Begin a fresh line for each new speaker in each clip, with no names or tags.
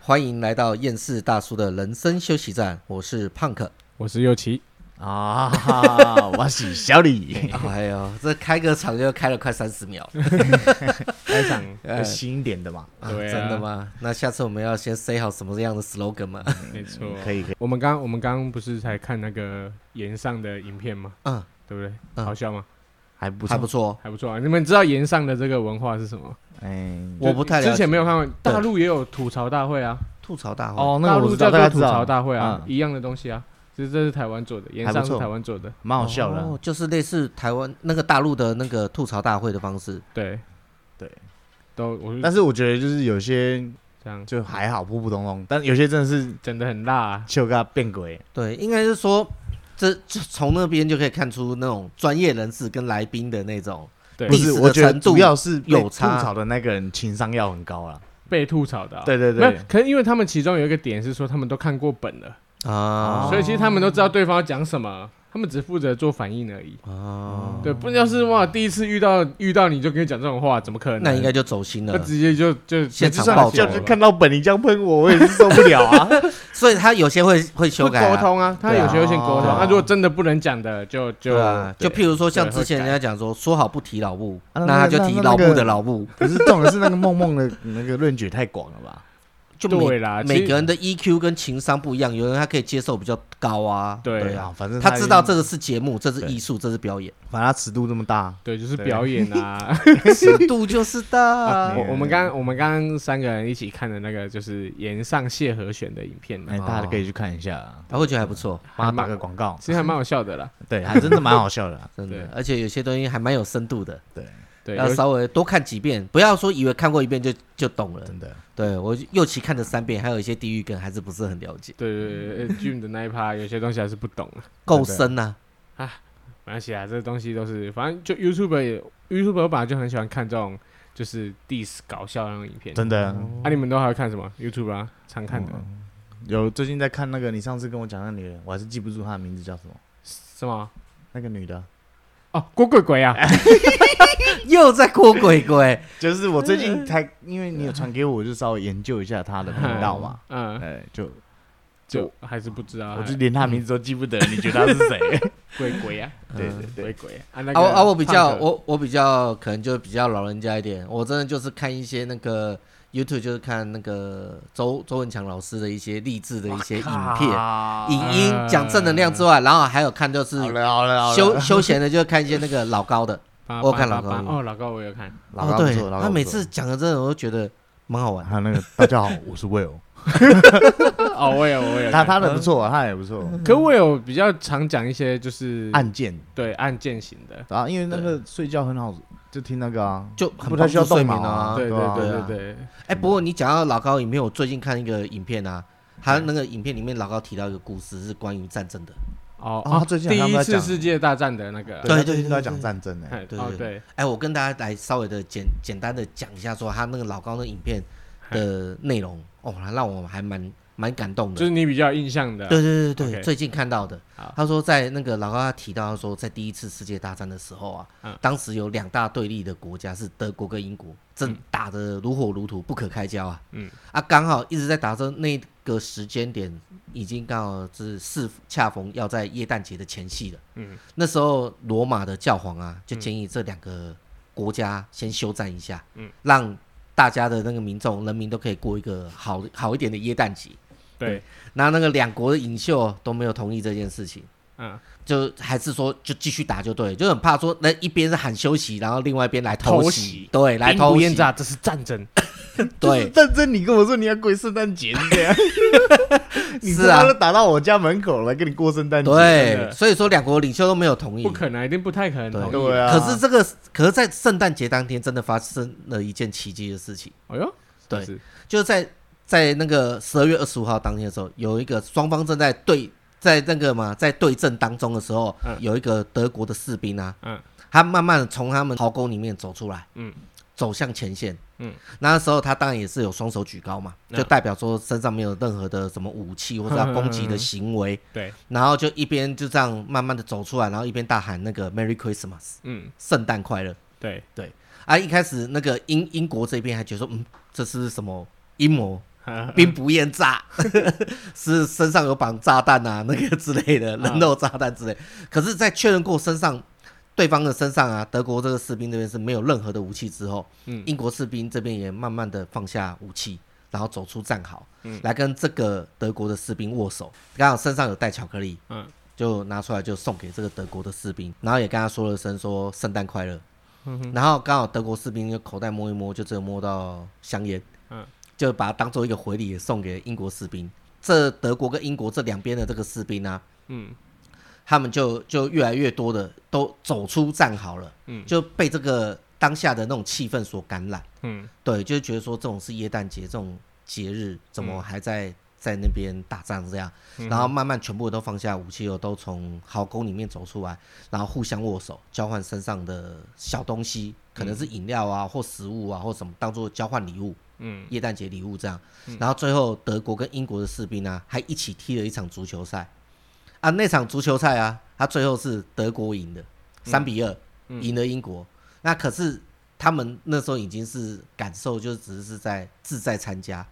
欢迎来到厌世大叔的人生休息站，我是胖克。
我是右奇，
啊，我是小李，
哎呦，这开个场就开了快三十 秒，
开 场要新一点的嘛，
对啊
真的吗？那下次我们要先 say 好什么样的 slogan 吗？
没错。
哎
可以可以，
我们刚我们刚刚不是才看那个岩上的影片吗？
嗯，
对不对？
嗯
好笑吗？
还不
还
错
不，错哦。
还不错啊。你们知道岩上的这个文化是什么？
哎，
我不太了解
之前没有看过，大陆也有吐槽大会啊，
吐槽大会，
哦，那
大
个我
陆
知道，
叫做
大家
吐
知
槽
道，
大会啊，
嗯
一样的东西啊。这这是台湾做的，岩
还
上
不
是
错
台湾做的，
蛮好笑的啊
哦，就是类似台湾那个大陆的那个吐槽大会的方式。
对
对，
都我
但
是
是我觉得就是有些
这样，
就还好，普普通通，但有些真的是
整的很辣啊。
就给他变鬼，
对，应该是说，这就从那边就可以看出那种专业人士跟来宾的那种，
对
不
历
是，
史的
我觉得
程度
主要是被
有
吐
差
槽的那个人情商要很高啦。
被吐槽的啊。
对对
没有
对，，
可能因为他们其中有一个点是说他们都看过本了，
啊
所以其实他们都知道对方要讲什么，他们只负责做反应而已。
哦，
对，不要是哇，第一次遇到遇到你就跟你讲这种话，怎么可能？
那应该就走心
那
了。
直接就就
现
就
场
算
爆
就
掉
就
了
是看到本你这样喷我，我也是受不 了啊。
所以他有些会会修
会
改
沟
啊，
通啊，他有些会先沟通。
对啊
那如果真的不能讲的，就就
对啊，就譬如说像
对
之前人家讲说说好不提老布，
啊
那
那
他
那
就提
那那
老布
那
的
个
老布，
可是重点是那个梦梦的那个论据太广了吧？
就
对
每
啦，
每
其
个
实
人的 EQ 跟情商不一样，有人他可以接受比较高啊，
对
对啊，
啊，反正
他知道
已经
这个是节目，这是
对
艺术，这是表 演，
反正他尺度这么大，
对就是
对
表演 啊。
尺度就是大
啊
我我们刚我们刚刚三个人一起看的那个就是岩上谢和弦的影片嘛
哎，，大家可以去看一下啊，
他会哦觉得还不错，
帮他
蛮
打个广告
其，实还蛮好笑的啦。
对，还真的蛮好笑的啊。
真
对
的，而且有些东西还蛮有深度的，
对，
对，
要
有
稍微多看几遍，不要说以为看过一遍就就懂了。
真的，
对我尤其看了三遍，还有一些地域梗还是不是很了解，
对对对对，Jim 的那一趴有些东西还是不懂啊。
够深呐、
没关系啊，这东西都是反正就 YouTube 也 YouTube 我本来就很喜欢看这种就是 diss 搞笑的那种影片。
真的
哦
哦
啊，你们都还会看什么 YouTube 啊？常看的、
有最近在看那个，你上次跟我讲那女人，我还是记不住她的名字叫什么。
是吗？
那个女的，
哦，郭鬼鬼啊，
又在过鬼鬼，
就是我最近才， 因为你有传给我，我就稍微研究一下她的频 道嘛。
嗯，
哎，就
就还是不知
哎
道，
我就连她名字都记不得，你觉得她是谁？
鬼鬼啊，
嗯
对对对，
鬼鬼啊啊，那
啊
个
我啊我比较
胖哥
我我比较可能就比较老人家一点，我真的就是看一些那个 YouTube 就是看那个周周文强老师的一些励志的一些影 片、影音讲正能量之外，然后还有看就是
好了好了好了，
休休闲的就看一些那个老高的，
八
我
八
看
八
老高
八哦，老高我有看，
老
哦
高不
对
错，老，高
他
不
每
错
次讲的这种我都觉得蛮好玩，
还有那个大家好，我是 Will，
哦，我有我有
他
看，
他的不错啊，他也不错，
嗯
可我有比较常讲一些就是
案件
对案件型的，
啊，因为那个睡觉很好，就听那个啊，
就很
不太需要
帮助睡
动
眠
脑啊
对
对啊
对
对啊
对对，
哎、不过你讲到老高影片，我最近看一个影片啊，他那个影片里面老高提到一个故事是关于战争的。
哦
哦
啊
他最近好
第
像
一
在
次
讲
世界大战的那 个，
对
他
对
最近都
对
在
对
讲战争呢。
哎
对
哦
对
对，
哎、我跟大家来稍微的简简单的讲一下说他那个老高的影片的内容哦，让我还蛮蛮感动的。
就是你比较有印象的，
对对对对
OK
最近看到的
好。
他说在那个老高他提到说，在第一次世界大战的时候啊，
嗯
当时有两大对立的国家是德国跟英国，正打得如火如荼，不可开交啊。
嗯
啊，刚好一直在打仗，那个时间点已经刚好是是恰逢要在耶诞节的前夕了。
嗯
那时候罗马的教皇啊，就建议这两个国家先休战一下，
嗯
让大家的那个民众人民都可以过一个好好一点的耶诞节。
对，
那那个两国的领袖都没有同意这件事情，
嗯，
就还是说就继续打就对了，就很怕说那一边是喊休息，然后另外一边来袭，
偷袭
对，来
兵
偷
不
袭
厌，诈，这是战争，
就是
对，
战争，你跟我说你要过圣诞节是这 样，你
是啊
他妈都打到我家门口来跟你过圣诞节，
真
对，
的
所以说两国领袖都没有同意，
不可能，一定不太可能
对
同意
对。啊。
可是这个，可是在圣诞节当天，真的发生了一件奇迹的事情，
哎呦，
对
就是
就是在在那个十二月二十五号当天的时候，有一个双方正在对在那个嘛在对阵当中的时候，
嗯
有一个德国的士兵啊，
嗯
他慢慢的从他们壕沟里面走出来，
嗯
走向前线，
嗯，
那时候他当然也是有双手举高嘛，
嗯
就代表说身上没有任何的什么武器或者要攻击的行为，
对，
然后就一边就这样慢慢的走出来，然后一边大喊那个 Merry Christmas，
嗯
圣诞快乐。
对，
啊，一开始那个英英国这边还觉得说，嗯，这是什么阴谋？兵不厌诈， 是身上有绑炸弹啊，那个之类的
啊
人肉炸弹之类。可是，在确认过身上对方的身上啊，德国这个士兵这边是没有任何的武器之后，
嗯
英国士兵这边也慢慢的放下武器，然后走出战壕，
嗯
来跟这个德国的士兵握手。刚好身上有带巧克力，
嗯
就拿出来就送给这个德国的士兵，然后也跟他说了声说圣诞快乐。
嗯哼
然后刚好德国士兵就口袋摸一摸，就只有摸到香烟，
嗯
就把它当做一个回礼送给英国士兵。这德国跟英国这两边的这个士兵呢、啊
嗯
他们就就越来越多的都走出战壕了，
嗯
就被这个当下的那种气氛所感染，
嗯
对，就觉得说这种是耶诞节这种节日，怎么
嗯
还在、在那边打仗这样？
嗯
然后慢慢全部都放下武器哦，都从壕沟里面走出来，然后互相握手，交换身上的小东西，可能是饮料啊或食物啊或什么，当做交换礼物，
嗯
耶诞节礼物这样。然后最后德国跟英国的士兵啊，还一起踢了一场足球赛啊，那场足球赛啊，他最后是德国赢的，三比二、
嗯
赢了英国。那可是他们那时候已经是感受，就只是在自在参加，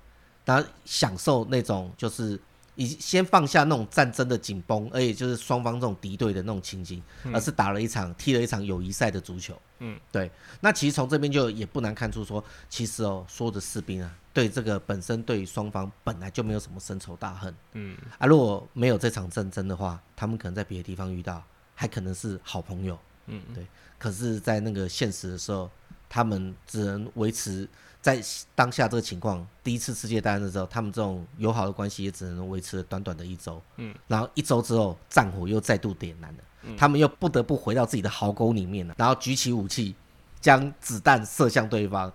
然后享受那种就是已经先放下那种战争的紧绷，而且就是双方这种敌对的那种情景，而是打了一场踢了一场友谊赛的足球。
嗯，
对。那其实从这边就也不难看出说，其实哦，所有的士兵啊，对这个本身对于双方本来就没有什么深仇大恨
嗯
啊。如果没有这场战争的话，他们可能在别的地方遇到，还可能是好朋友。
嗯
对。可是，在那个现实的时候，他们只能维持在当下这个情况。第一次世界大战的时候，他们这种友好的关系也只能维持了短短的一周。
嗯，
然后一周之后，战火又再度点燃了，他们又不得不回到自己的壕沟里面了，然后举起武器，将子弹射向对方。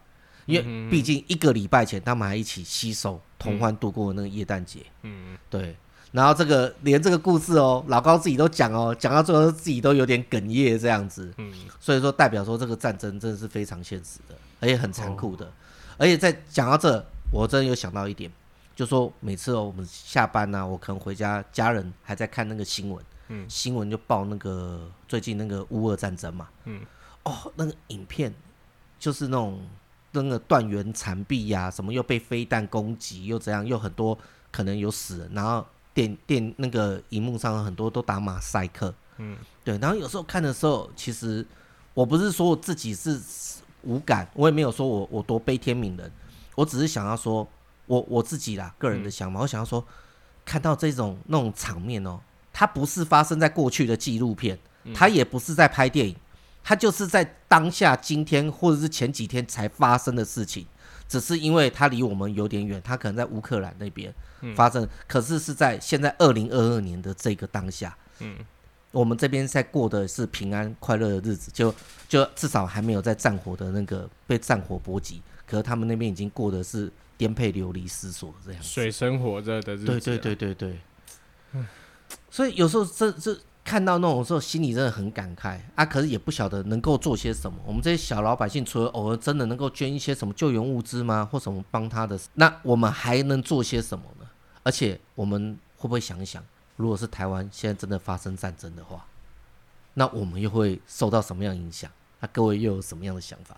因
嗯
为毕竟一个礼拜前，他们还一起携手同欢度过那个耶诞节。
嗯
对，然后这个连这个故事哦，老高自己都讲哦，讲到最后自己都有点哽咽这样子。
嗯
所以说代表说这个战争真的是非常现实的，而且很残酷
哦
的。而且在讲到这，我真的有想到一点，就说每次哦，我们下班呢、我可能回家，家人还在看那个新闻，
嗯
新闻就报那个最近那个乌俄战争嘛，
嗯，
哦，那个影片就是那种那个断垣残壁呀、什么又被飞弹攻击，又怎样，又很多可能有死人，然后电电那个荧幕上很多都打马赛克，
嗯，
对，然后有时候看的时候，其实我不是说我自己是无感，我也没有说我我多悲天悯人，我只是想要说，我我自己啦，个人的想法，我想要说，看到这种那种场面哦，它不是发生在过去的纪录片，它也不是在拍电影，它就是在当下今天或者是前几天才发生的事情，只是因为它离我们有点远，它可能在乌克兰那边发生，可是是在现在二零二二年的这个当下，
嗯，
我们这边在过的是平安快乐的日子，就就至少还没有在战火的那个被战火波及，可是他们那边已经过的是颠沛流离失所这样子。
水深火热的日啊子，
对对，对对对。所以有时候这这看到那种时候，心里真的很感慨啊。可是也不晓得能够做些什么。我们这些小老百姓，除了偶尔真的能够捐一些什么救援物资吗，或什么帮他的，那我们还能做些什么呢？而且我们会不会想一想，如果是台湾现在真的发生战争的话，那我们又会受到什么样的影响？那、各位又有什么样的想法？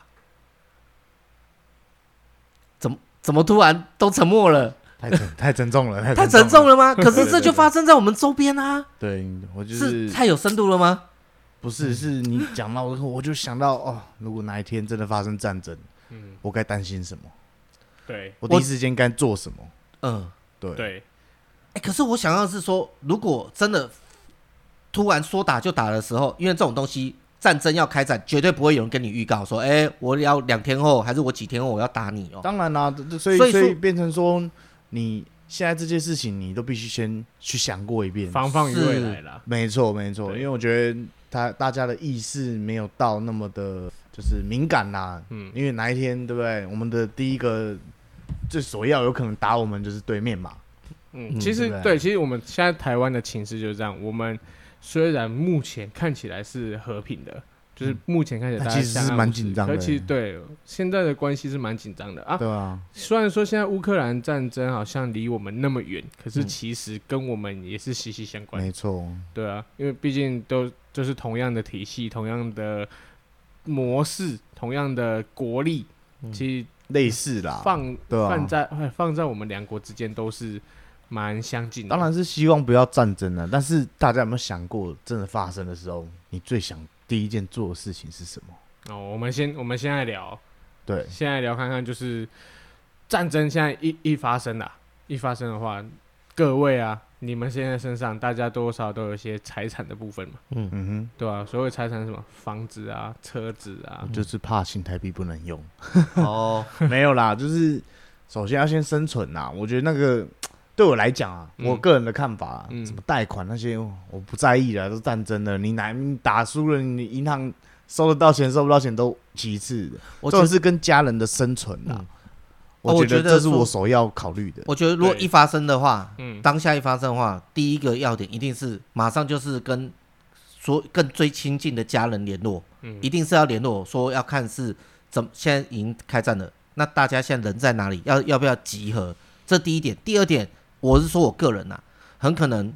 怎么怎么突然都沉默了？
太沉太沉重了，
太
沉
沉重
了。
了 吗？可
对
是
对
这就发生在我们周边啊，
对，我就是是
太有嗯深度了吗？
不是是你讲到我，我就想到哦，如果哪一天真的发生战争，
嗯
我该担心什么？
对
我第一时间该做什么？
嗯，
对，
对，
哎、可是我想要的是说，如果真的突然说打就打的时候，因为这种东西战争要开战，绝对不会有人跟你预告说，哎、我要两天后还是我几天后我要打你哦、
当然啦、这这所以
所以
所
说
以变成说，你现在这件事情，你都必须先去想过一遍。
防范于未来啦，
没错，没错，
对
因为我觉得他大家的意识没有到那么的，就是敏感啦。
嗯
因为哪一天，对不对？我们的第一个最首要有可能打我们就是对面嘛。
嗯，其实
对不对
对，其实我们现在台湾的情势就是这样。我们虽然目前看起来是和平的，就是目前看起来
但
大家
其实是
相安
蛮
无事
紧张的
可其实对现在的关系是蛮紧张的啊。
对啊，
虽然说现在乌克兰战争好像离我们那么远，可是其实跟我们也是息息相关。
嗯没错，
对啊，因为毕竟都就是同样的体系、同样的模式、同样的国力，其实
类似啦，
放
嗯对啊
放在哎放在我们两国之间都是蛮相近的。
当然是希望不要战争了、但是大家有没有想过，真的发生的时候，你最想第一件做的事情是什么？
哦，我们先我们现在聊，
对，
现在聊看看就是战争现在一一发生啦，一发生的话，各位啊，你们现在身上大家多少都有一些财产的部分嘛，
嗯
对吧、所谓财产是什么房子啊、车子啊
哼，，就是怕新台币不能用。
哦，
没有啦，就是首先要先生存呐。我觉得那个对我来讲啊，
嗯
我个人的看法、啊，
嗯
什么贷款那些哦我不在意了，都战争了，你哪你打输了，你银行收得到钱收不到钱都其次，
我
重
觉
点
得
是跟家人的生存啦。
嗯
我
我觉得
这是
说
我首要考虑的。
我觉得如果
对
一发生的话，
嗯，
当下一发生的话，第一个要点一定是马上就是跟所更最亲近的家人联络，
嗯
一定是要联络，说要看是怎么现在已经开战了，那大家现在人在哪里，要要不要集合？这第一点，第二点，我是说我个人呐、啊很可能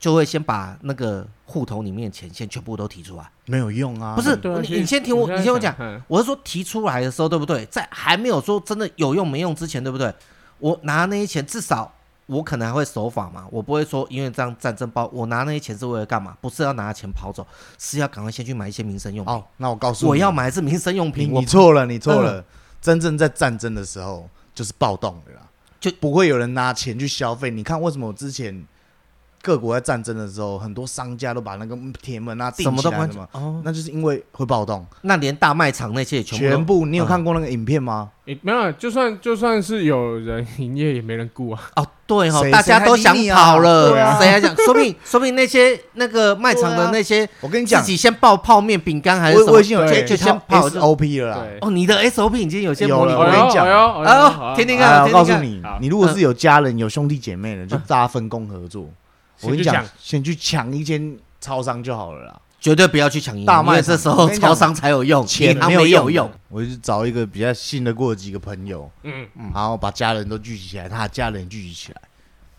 就会先把那个户头里面的钱先全部都提出来。
没有用啊，
不是
对啊
你
其实
你先听我
现在
你先我讲
嗯
我是说提出来的时候，对不对？在还没有说真的有用没用之前，对不对？我拿那些钱，至少我可能还会守法嘛，我不会说因为这样战争包，我拿那些钱是为了干嘛？不是要拿钱跑走，是要赶快先去买一些民生用品。
哦，那我告诉你，
我要买的是民生用
你
品，我
你错了，你错了。
嗯
真正在战争的时候，就是暴动的啦，
就
不会有人拿钱去消费。你看为什么之前各国在战争的时候，很多商家都把那个铁门啊钉
什么
起
都
来
关
的嘛？
哦，
那就是因为会暴动，
那连大卖场那些也全部都
全部。你有
嗯
看过那个影片吗？
诶没有，就算就算是有人营业，也没人顾啊。
哦，对哦
谁，
大家都想跑
谁还理你啊
了，
对
谁还想？说不 定说不定那些那个卖场
对啊
的那些
我跟你
自
讲，
己先爆泡面、饼干还是什
我我
么
已？经有
对
这这
就先
套
跑就
SOP 了啦。啊
对，
哦，你的 SOP 呃已经有些
有
模
了
拟
我
化
跟你讲
哎呦哎呦哎呦
哦
好啊
听听
好啊
看
哎我
听
告
听
诉
看嗯
你
好，
你如果是有家人、有兄弟姐妹的，就大家分工合作。我跟你
先
讲
去，
先去抢一间超商就好了啦。
绝对不要去抢银
大
行，因
卖
为
场
这时候
我跟你讲
超商才有用，
钱
银行
没
没
用的
用。，
我就找一个比较信得过的几个朋友，
嗯，
然后把家人都聚集起来，他的家人也聚集起来，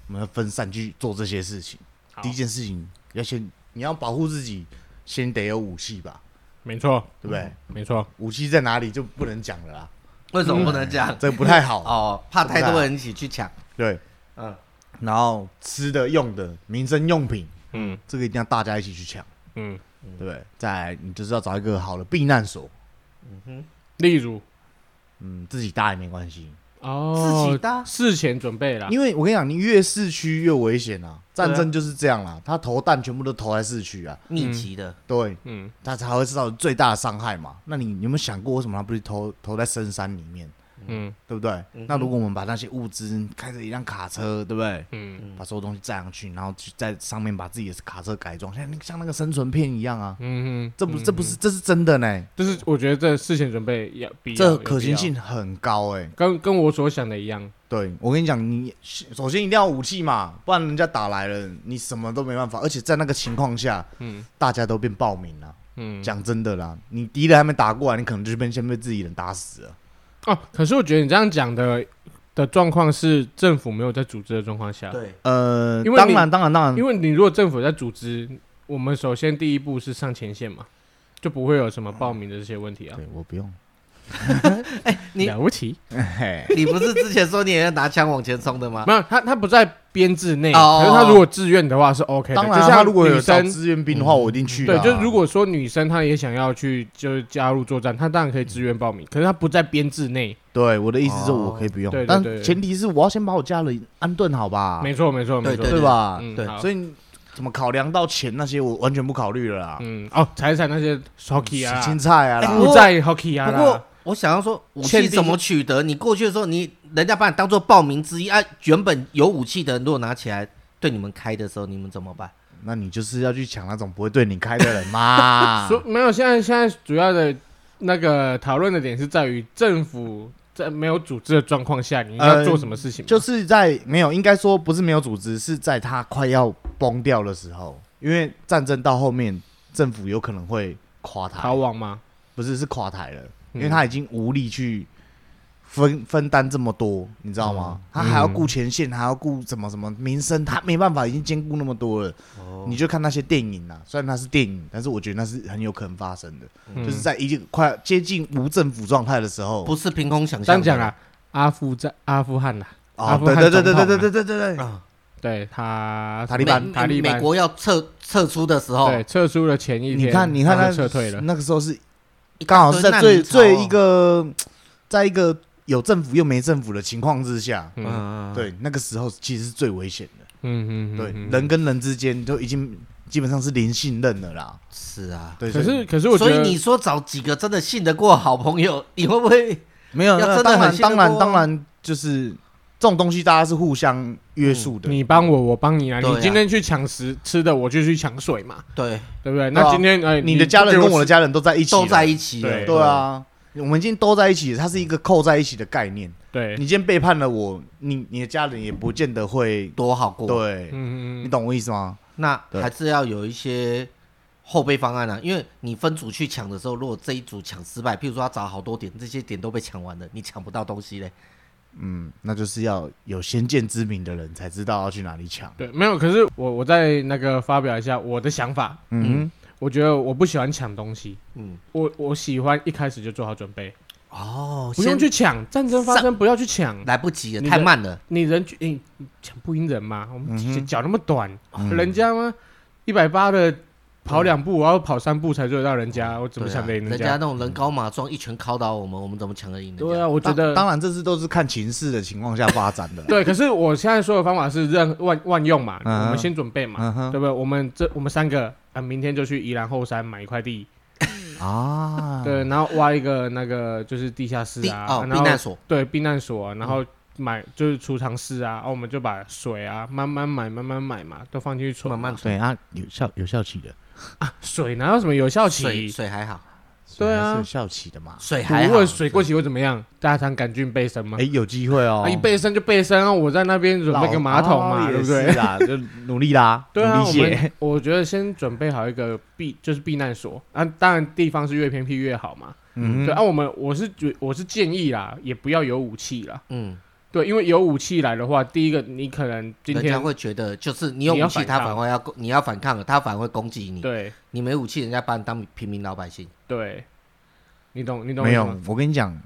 我们要分散去做这些事情。
好
第一件事情要先，你要保护自己，先得有武器吧，
没错，
对不对？
没错，
武器在哪里就不能讲了啦，
为什么不能讲？
这不太好。
哦，怕太多人一起去抢。
对，
嗯，
然后吃的、用的、民生用品，
嗯
这个一定要大家一起去抢，
嗯，
对不对？再来，你就是要找一个好的避难所，
例如
嗯，自己搭也没关系，
哦，
自己搭
事前准备啦。
因为我跟你讲，你越市区越危险啊！
啊对啊
战争就是这样啦，他投弹全部都投在市区啊，
密集的，
对
嗯，
他才会造成最大的伤害嘛。那你你有没有想过，为什么他不是投投在深山里面，
嗯
对不对？那如果我们把那些物资开着一辆卡车，对不对？
嗯
把所有东西载上去，然后去在上面把自己的卡车改装，像那像那个生存片一样啊！
嗯，
这不
嗯
这不是，这是真的呢，
就是我觉得这事前准备要必要
这
有
可
必
行
要
性很高哎、
跟跟我所想的一样。
对我跟你讲，你首先一定要有武器嘛，不然人家打来了，你什么都没办法。而且在那个情况下，
嗯
大家都变暴民了。
嗯，
讲真的啦，你敌人还没打过来，你可能就被先被自己人打死了。
哦，可是我觉得你这样讲的的状况是政府没有在组织的状况下，，
对，
呃，
嗯因为
当
你
然，当然，当然
因，为你如果政府在组织，我们首先第一步是上前线嘛，就不会有什么报名的这些问题啊。
对我不用。
你
了不起，
嘿，
你不是之前说你也要拿枪往前冲的
啊
吗？
没有他他不在编制内，
哦
可是他如果自愿的话是 OK 的。
当然
就
啊，
像
他如果有
女
招
生，
志愿兵的话，我一定
嗯
去
对
啦。，
就是如果说女生她也想要去就是加入作战，她当然可以自愿报名，可是她不在编制内。
对我的意思是，我可以不用
哦对，对
但
对
前提是我要先把我家人安顿好吧，
没错，没错，没
对
错，
对
啊对吧？
嗯
对
好
所以你怎么考量到钱那些，我完全不考虑了啦。
嗯，哦，财产那些 hockey 啊，
青菜啊啦，
哎
负债 hockey 啊
不
啦，
过我想要说，武
欠
器
兵
怎么取得？你过去的时候，你人家把你当做报名之一啊。原本有武器的人，如果拿起来对你们开的时候，你们怎么办？
那你就是要去抢那种不会对你开的人 嘛。
所没有，现在现在主要的那个讨论的点是在于政府在没有组织的状况下，你要
呃
做什么事情嘛？
就是在没有，应该说不是没有组织，是在他快要崩掉的时候，因为战争到后面，政府有可能会垮台
逃，亡吗？
不是是垮台了，
嗯
因为他已经无力去分分担这么多，你知道吗？
嗯
他还要顾前线，还要顾什么什么民生，他没办法，已经兼顾那么多了。
哦
你就看那些电影啊，虽然它是电影，但是我觉得那是很有可能发生的，
嗯
就是在一个快接近无政府状态的时候。
不是凭空想
这样
象的
讲啊，阿富在阿富汗呐、阿
啊，
富
对
汗
对对
总
对
统
对对对对对对，
啊，
对他
塔利班
美
塔利
美
班
美国要撤撤出的时候，
对撤出的前一天，
你看你
他
看
们
那
撤退了，
那个时候是
一大
刚好是
堆
在
难
最
民潮啊
最一，个，在一个有政府又没政府的情况之下，
嗯
嗯
嗯，嗯，
对那个时候其实是最危险的。
嗯嗯，
对
嗯，
人。跟人之间都已经基本上是零信任了啦。
是啊。
对，
可
所以
是可是我觉
所以
得
你说找几个真的信得过好朋友，你会不会
没
要
有，那
真的
当
很
然
信得
当然
过
当然就是这种东西，大家是互相约束的。
嗯你帮我，我帮你啊！
对啊
你今天去抢食吃的，我就去抢水嘛，
对
对不对？
对啊
那今天哎，
你的家人
给
跟我的
吃
家人都在一起，
都在。一起了？
对
对啊，我们已经都在一起了，它是一个扣在一起的概念。
对，
你今天背叛了我，你你的家人也不见得会
多好过。
对，
嗯
你懂我意思吗？
那
对
还是要有一些后备方案啊，因为你分组去抢的时候，如果这一组抢失败，譬如说他找好多点，这些点都被抢完了，你抢不到东西嘞。
嗯，那就是要有先见之明的人才知道要去哪里抢。
对，没有。可是我我再那个发表一下我的想法，
嗯
我觉得我不喜欢抢东西，
嗯，
我我喜欢一开始就做好准备，
哦，
不用
先
去抢。战争发生不要去抢，
来不及了，
你
太
的
慢了。
你人去你你抢不赢人嘛，我
嗯哼
们脚那么短，
嗯
人家嘛一百八的跑两步，我要跑三步才追得到人
嗯
家，我怎么
对啊
抢得赢
人家
家
那？种人高马壮，一拳敲倒我们，我们怎么抢得赢人家？
对啊，我觉
当
得
当然，这是都是看情势的情况下发展的。
对，可是我现在说的方法是任万万用嘛，
嗯哼
我们先准备嘛，
嗯哼
对不对？我们这我们三个啊，明天就去宜兰后山买一块地，
啊，
对，然后挖一个那个就是地下室
第嗯
啊，
哦，
然
避
后
难所，嗯
对避难所啊、然后买就是储藏室啊，然后我们就把水啊慢慢买慢慢买嘛，都放进去存嘛。
慢慢存
对啊，有效有效期的，
水哪有什么有效
水
期？
水还好，
对
还
啊
是有效期的嘛。
水还
如
好
果。水过期会怎么样？大肠杆菌倍生吗
哎，？有机会哦
啊，一，背生就背生啊！我在那边准备个马桶嘛，
哦
对不
也
对？
是啦，就努力啦，
对啊，
努
我
力
们
些。
我觉得先准备好一个避，就是避难所啊。当然，地方是越偏僻越好嘛。
嗯
对
哼，
啊，我们我是觉我是建议啦，也不要有武器啦。
嗯，
对，因为有武器来的话，第一个你可能今
人家
天
会觉得就是你
你
有
要
武器，
反
他
抗
反而要攻你要反抗了，他反而会攻击你。
对
你没武器，人家把你当平民老百姓。
对，你懂你懂我
没
意思
有
吗，
我跟你讲，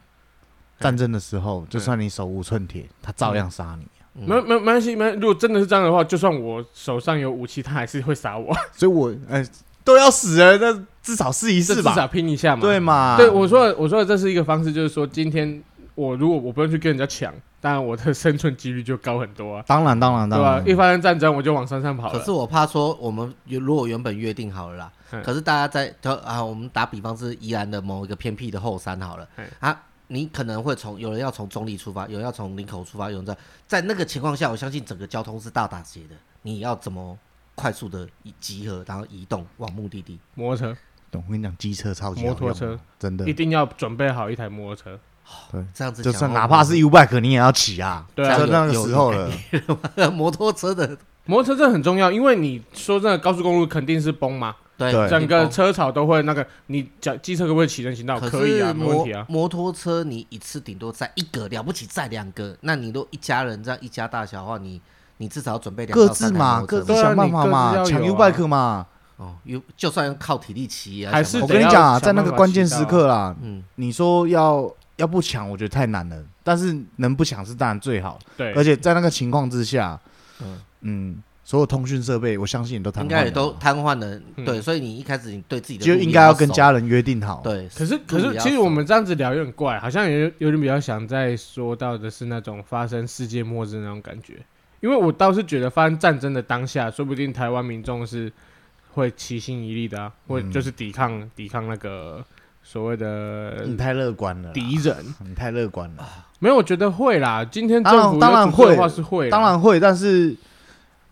战争的时候，就算你手无寸铁，他照样杀你。
嗯
没有没有没关系，没有如果真的是这样的话，就算我手上有武器，他还是会杀 我，
所以我哎，都要死了，那至少试一
这
试
至
吧，
少拼一下嘛。
对嘛？
对，我说的我说的这是一个方式，就是说今天我如果我不用去跟人家抢，当然我的生存几率就高很多啊，
当然当然
对
当
吧？一
然，
发生战争，我就往山上跑
嗯可
了
是。我怕说，我们原如果原本约定好了啦，
嗯
可是大家在就啊，我们打比方是宜兰的某一个偏僻的后山好了
嗯
啊，你可能会从有人要从中立出发，有人要从林口出发，有人在在那个情况下，我相信整个交通是大打斜的，你要怎么快速的集合，然后移动往目的地？
摩托车
我跟你讲，机车超级
摩
好
托
用
车
真的
一，定要准备好一台摩托车，
这样子
就
讲
算
哦
哪怕是 U bike，你也要骑啊。
对啊
就那个
有有
时候了，
摩托车的，
摩托车这很重要，因为你说真的，高速公路肯定是崩嘛，
对
对
整个车潮都会那个。你脚机车可不可以骑人行道？可以啊，
是
没
摩
问题啊。
摩托车你一次顶多载一个，了不起载两个。那你都一家人这样一家大小的话，你你至少要准备两
各
到
自
三台
嘛，
摩
各
托
自
车
对啊
想办
你
法
各自要
嘛，抢
有
U
啊
bike 嘛。
哦，有就算靠体力骑啊，
还
想
是
办
我
法
得
跟你讲啊，
要
在那个
想办法
关键时
骑到
刻啦，
嗯，
你说要要不抢，我觉得太难了。但是能不抢是当然最好，
对
而，且在那个情况之下
嗯，
嗯，所有通讯设备我相信你都瘫
应
痪
该也
了
都
嘛，
瘫痪了。
嗯
对，所以你一开始你对自己的
就
路
应
也
该
要
要跟
熟
家人约定好。，
对，
可是可
路
是
也，要
其实我
熟
们这样子聊有点怪，好像有有点比较想再说到的是那种发生世界末日那种感觉，因为我倒是觉得发生战争的当下，说不定台湾民众是会齐心一力的啊，会
嗯
就是抵抗抵抗那个所谓
嗯
的
你太乐观了啦，
敌人。
你太乐观了。
没有，我觉得会啦。今天政府
当然
有组织的
当然会
话是会啦，
当然会，但是，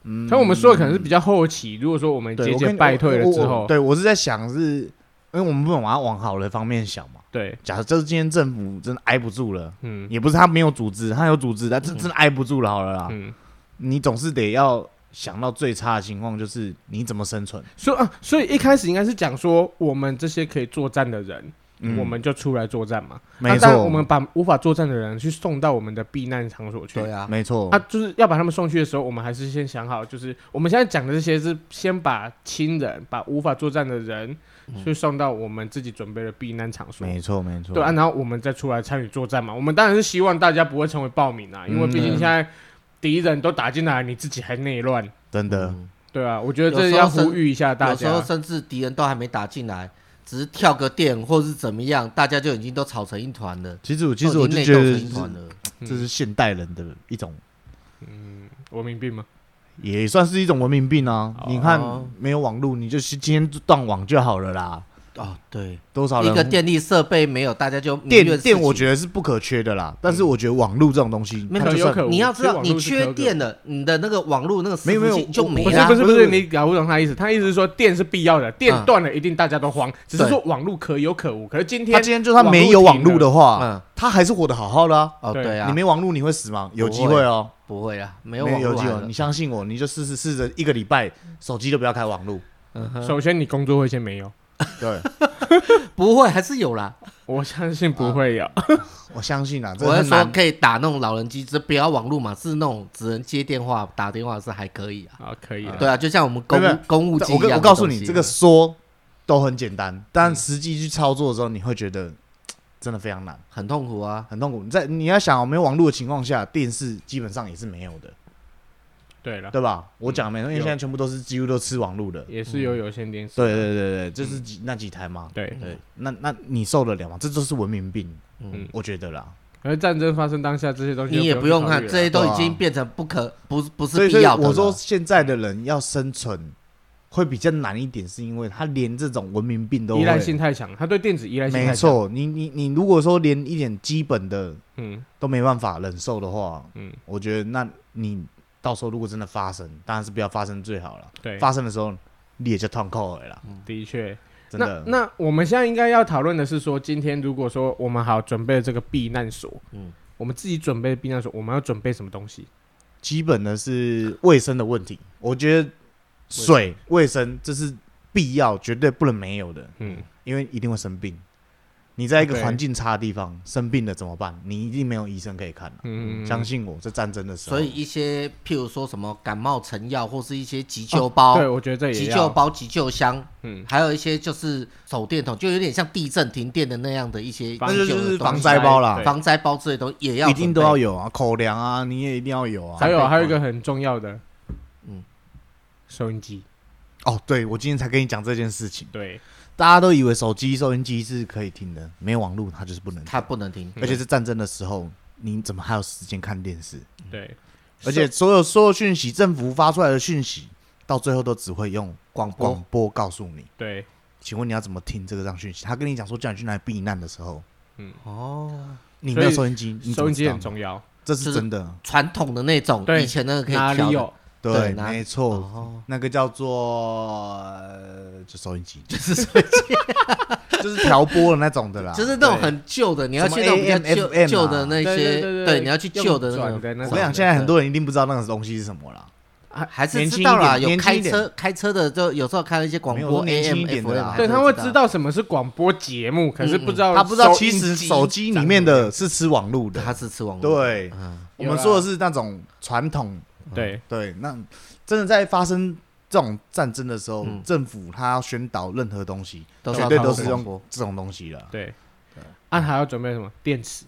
嗯，
但我们说的可能是比较后期，如果说我们
对
节
我
节
跟你
败退了
我
之
我嗯
后，
对我是在想是，因为我们不能往往好的方面想嘛。
对，
假设就是今天政府真的挨不住了，
嗯
也不是他没有组织，他有组织，但真真的挨不住了，好了啦。
嗯，
你总是得要想到最差的情况，
啊
就是你怎么生存。
所以啊，所以一开始应该是讲说我们这些可以作战的人，
嗯
我们就出来作战嘛。那
没
当
错，
然我们把无法作战的人去送到我们的避难场所去。
对啊，
没错
啊，，就是要把他们送去的时候，我们还是先想好，就是我们现在讲的这些是先把亲人、把无法作战的人，
嗯
去送到我们自己准备的避难场所。
没错，没错，
对啊，然后我们再出来参与作战嘛。我们当然是希望大家不会成为暴民啊，因为毕竟
嗯
现在敌人都打进来，你自己还内乱，
真的，
嗯
对啊。我觉得
有
这
时候
要
甚
呼吁一下大
有时候
家。
甚至敌人都还没打进来，只是跳个电或是怎么样，大家就已经都吵成一团了。
其实我
哦
其实我
都
就
已
觉
经内斗
得
成一团
这
了，
嗯
这是现代人的一种，
嗯，文明病吗？
也算是一种文明病啊
哦。
你看没有网络，你就今天断网就好了啦。
哦，对，
多少人
一个电力设备没有，大家就
电电，我
得。
觉得是不可缺的啦。但是我觉得网络这种东西，
嗯没有
它就
可有
算
可无。
你要知道，
其实网
你
络是
缺
可有可无
电了，你的那个网络那个伺服
没有没有
器就
我
没啊
不是
了
不。是不
不是
是，你搞不懂他意思。他意思是说电是必要的，电
嗯
断了一定大家都慌，只是
对
说网络可有可无。可是今
他
天
今天就算没有网络的话，
嗯，
他还是活得好好的啊。
哦，
对
对啊，
你没网络你会死吗？有机
不
会
会
哦，
不会啦，没
没
有网
有
络
机
还
会，
有
你相信我，你就试试试着一个礼拜，手机都不要开网络。
嗯哼
首先你工作会先
嗯
没有，
对，
不会，还是有啦。
我相信不会有。
啊
我相信啊，这
我是
很
说
难。
可以打那种老人机，只不要网络嘛，是那种只能接电话、打电话是还可以啊。
啊，可以啊。
对啊，就像我们公务
没有没
公务机
我
一
跟
样
我
的
告诉
东
你，
西嗯啊
这个说都很简单，但实际去操作的时候，你会觉得嘖真的非常难，
很痛苦啊。
很痛苦。你在你要想哦没有网络的情况下，电视基本上也是没有的，
对了，
对吧？我讲没错，因为
有
现在全部都是几乎都吃网络的。
也是
嗯
有嗯有线电视。
对对对对，就是几那几台嘛。
对，
对，那那你受得了吗？这就是文明病，
嗯，
我觉得啦。
而战争发生当下这些东西
你也
就
不
不用
用
去
看，
考虑
这些
了
都
对
已
啊
经变成不可不是不
所
是
以
必要的了。
我说现在的人要生存会比较难一点，是因为他连这种文明病都
依赖
会。
性太强，他对电子依赖性
没
太强。
错，你你你如果说连一点基本的
嗯，
都没办法忍受的话，
嗯
嗯，我觉得那你到时候如果真的发生，当然是不要发生最好了。
对，
发生的时候你也就痛苦了啦，
的确。
真
那
的。
那我们现在应该要讨论的是说，今天如果说我们好准备了这个避难所，嗯
嗯，
我们自己准备的避难所，我们要准备什么东西？
基本的是卫生的问题，我觉得水卫生这是必要，绝对不能没有的，
嗯，
因为一定会生病。你在一个
OK
环境差的地方生病了怎么办？你一定没有医生可以看啊
嗯
相信我，在战争的时候，
所以一些譬如说什么感冒成药，或是一些
哦
急救包、
对，我觉得这也
急
要
救包、急救箱，
嗯
还有一些就是手电筒，就有点像地震停电的那样的一些
那
那
急
就
救的
是
东
防
西
灾包啦
对，
防灾包之类的东西也要
一
准
定都
备
要有啊，口粮啊，你也一定要有啊。
还有
防备
还有一个很重要的，嗯
嗯，
收音机，
哦，对，我今天才跟你讲这件事情。
对，
大家都以为手机收音机是可以听的，没有嗯网络它就是不能听。
它不能停。
而且是战争的时候，你怎么还有时间看电视？
对，
而且所有所有讯息，政府发出来的讯息，到最后都只会用
广播
广播告诉你。
对，
请问你要怎么听这个让讯息？他跟你讲说叫你去哪里避难的时候，嗯
哦，
你没有收音机，你怎
收
么
音
知
机
道
很重要，
这是真的。
传统的那种，
对
以前那个可以
哪
调
里
的
有？
对
对，
拿
没错，
哦，
那个叫做呃就收音机，
就是说
就是调播的那种的啦。
就是那种很旧的，你要去那种比较
什么
旧
AM 啊
旧的那
对
些，
对
对，你要去旧的
用
那
转
种。
的那
我
种，
跟你讲，现在很多人一定不知道那个东西是什么啦。
还还是
年轻
知
一
道啦，
点
有
年轻
开
一点
车开车的，就有时候开了一些广
没有
播
我说年轻
AM
一点的
FM，
啦
还是
对他会知
知道。嗯
道什么是广播节目，可是不知道
他不知道，
哦收
其
音
实手机里面的是吃网路的。
他是吃网络，
对
嗯，
我
有
们
啦
说的是那种传统，
对
对，那真的在发生这种战争的时候，
嗯
政府他要宣导任何东西，
都
绝
要
对
靠
都是
广
用
播
这种东西了。
对，啊还要准备什么电池，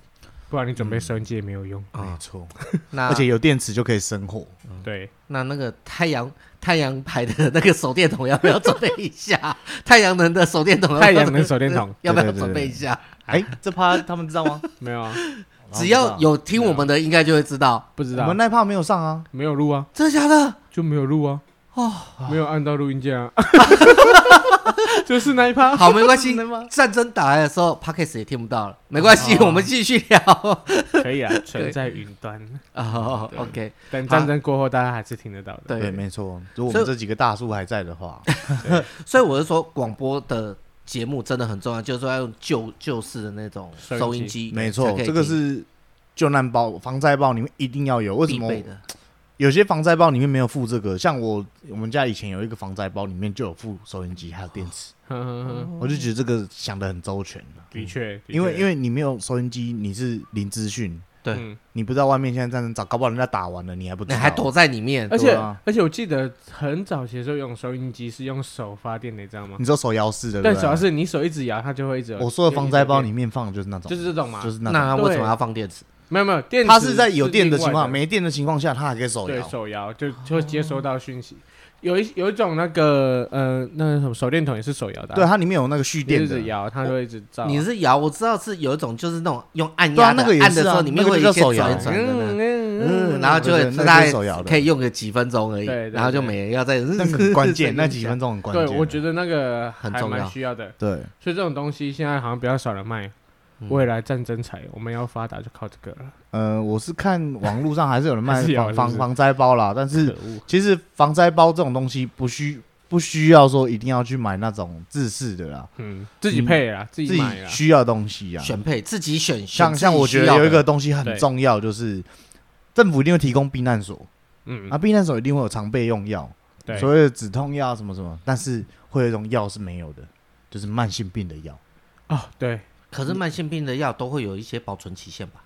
不然你准备
嗯
收音机也没有用，
没
啊。
错，
那
而且有电池就可以生火。
对，
那那个太阳太阳牌的那个手电筒要不要准备一下？ 太阳能的手电筒要不要
太
准备，
阳能手电筒
要不要
对对对
准备一下？
哎，这趴他们知道 吗？
没有啊，
只要有听我们的，应该就会知道，
不知
我
道
们，那趴没有上啊，
没有录啊，
真的假的？
就没有录啊，哦，没有按到录音键 啊，就是那一趴，
好，没关系
真的吗，
战争打来的时候 p o d c a s t 也听不到了，没关系，
哦
我们继续聊。
可以啊，存在云端，
哦，OK，
等战争过后大家还是听得到的，
对，
对，
没错。如果我
所
们
以
这几个大叔还在的话，
所以我是说广播的。节目真的很重要，就是说要用旧旧式的那种
收音
收音
机
机，
没
才
错
可，以
这个
听
是救难包、防灾包，你们一定要有。为什
必
么
备的。
有些防灾包里面没有附这个，像我我们家以前有一个防灾包，里面就有附收音机还有电池，
哼哼哼，
我就觉得这个想的很周全啊
的确，的
嗯因为
确
因为你没有收音机，你是零资讯，
对
嗯
你不知道外面现在战争早，搞不好人家打完了，你还不知
你
道，
还躲在里面，
而且、
对啊
而且我记得很早期的时候用收音机是用手发电的，你知道吗？
你知道手摇式的，
但
对
主
不对
要是你手一直摇，它就会一直有。
我说的防灾包
有一
里面放的就是那种，
直有电就是这种嘛，
就是那
那
种，
他为什么
对
要放电池？
没有没有电池，
它是在有电的情况，
没
没电的情况下，它还可以手
对
摇。
手摇就就会接收到讯息。有一有一种那个呃，那个什么手电筒也是手摇的啊，
对，它里面有那个蓄
你
电
一直
的，
摇，它就会一直照啊。
你是摇，我知道是有一种就是那种用按
对啊
压的，
那个也
按的
是
时
啊
候里面
那个
会
就
有
叫
一些
手摇
转
啊
转的那个，
嗯
嗯，然后就
对
会
对那
大
个
概
是手摇的
可以用个几分钟而已
对对，对
然后就没了，要再
那个很关键，那几分钟很关
对
键。，
我觉得那个还
很重
蛮
要
需要的，
对，
所以这种东西现在好像比较少人卖。
嗯
未来战争才我们要发达就靠这个了，
呃，我是看网络上还是有 人卖
还是有
防防
是不是
防灾包啦，但
可
是
恶！
其实防灾包这种东西不需不需要说一定要去买那种自式的啦，
嗯，自己配啦，自
自
己
己
买啦，
需要的东西啊。
选配自己选，
像
选
像
自己
我觉
需
得
要
有一
的
个东西很
对
重要，就是政府一定会提供避难所，
嗯
啊，，避难所一定会有常备用药，
对，
所谓的止痛药啊什么什么，但是会有一种药是没有的，就是慢性病的药。
啊，对，
可是慢性病的药都会有一些保存期限吧？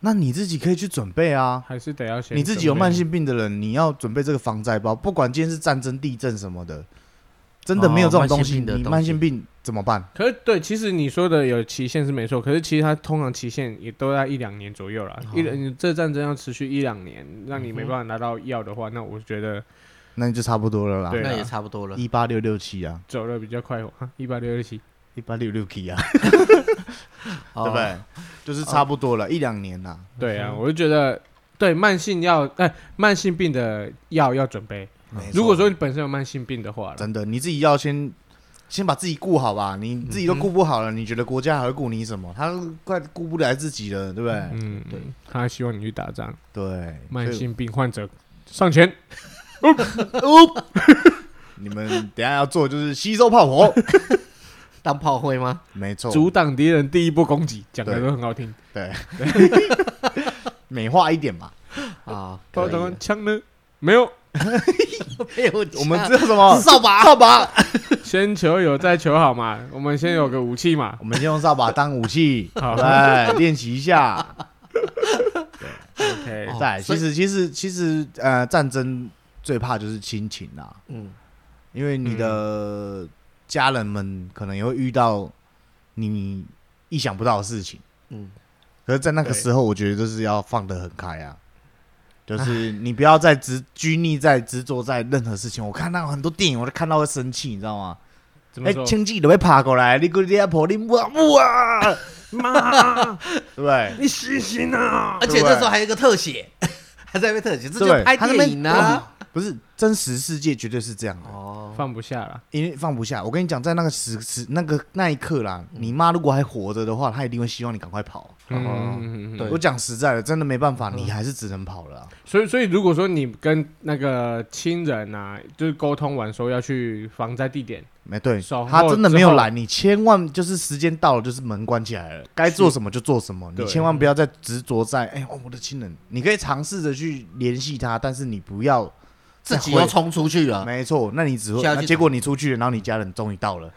那你自己可以去准备啊。
还是得要先
你自己有
准备
慢性病的人，你要准备这个防灾包，不管今天是战争、地震什么的，真的没有这种东
哦慢性病
西，
的
你
东西
慢性病怎么办？
可是对，其实你说的有期限是没错，可是其实它通常期限也都在一两年左右啦。
哦
一两你这战争要持续一两年，让你没
嗯哼
办法拿到药的话，那我觉得
那就差不多了
对
啦。
啊
那也差不多了。
一八六六七啊，
走的比较快活，一八六六七。
一八六六七啊，
哦
对不？对？就是差不多了，一两年啦。
对啊，我就觉得对慢性药，哎、慢性病的药要准备。
哦
没错
如果说你本身有慢性病的话啦，
真的，你自己要先先把自己顾好吧，你
嗯
自己都顾不好了，你觉得国家还会顾你什么？他都快顾不来自己了，对不对？
嗯，
对，
他希望你去打仗，
对，
慢
所以
性病患者上前，
你们等一下要做的就是吸收炮 火，
当炮灰吗？
没错，
阻挡敌人第一波攻击，讲的
哦对
都很好听。
美化一 点嘛。
啊，
报
可以
道官枪呢？没有，
没有
我
枪
们这什么？
扫把，扫把，
先求有再求好嘛，我们先有个武器嘛。
我们先用扫把当 武器，
好
来练习一下。哎
OK，
哦
再来，
所
其
以
实其实其实呃，战争最怕就是亲情啊啦，
嗯，
因为你的
嗯
家人们可能也会遇到你意想不到的事情。
嗯，
可是，在那个时候，我觉得就是要放得很开啊，就是你不要再执拘泥在执着在任何事情。我看到很多电影，我都看到会生气，你知道吗？
怎么
哎，
说？
亲戚都会爬过来，你个你阿婆，你哇哇，
妈，
对不对？
你醒醒啊！
而且这时候还有一个特写， 还在被特写，这就
对
拍
他那边
电影啊。
不是真实世界绝对是这样的，
哦，
放不下了，
因为放不下。我跟你讲，在那个时时那个那一刻啦，你妈如果还活着的话，她一定会希望你赶快跑。
嗯，
对嗯
我讲实在的，真的没办法，你还是只能跑了啊、
所以所以如果说你跟那个亲人啊，就是沟通完说要去防灾地点，
没哎对
守，候
他真的没有
之后
来，你千万就是时间到了，就是门关起来了，该做什么就做什么，你
对
千万不要再执着在哎、哦我的亲人，你可以尝试着去联系他，但是你不要
自己
再
又
回
冲出去了，
没错，那你只会
啊需要
那
去
结果你出去了，然后你家人终于到了，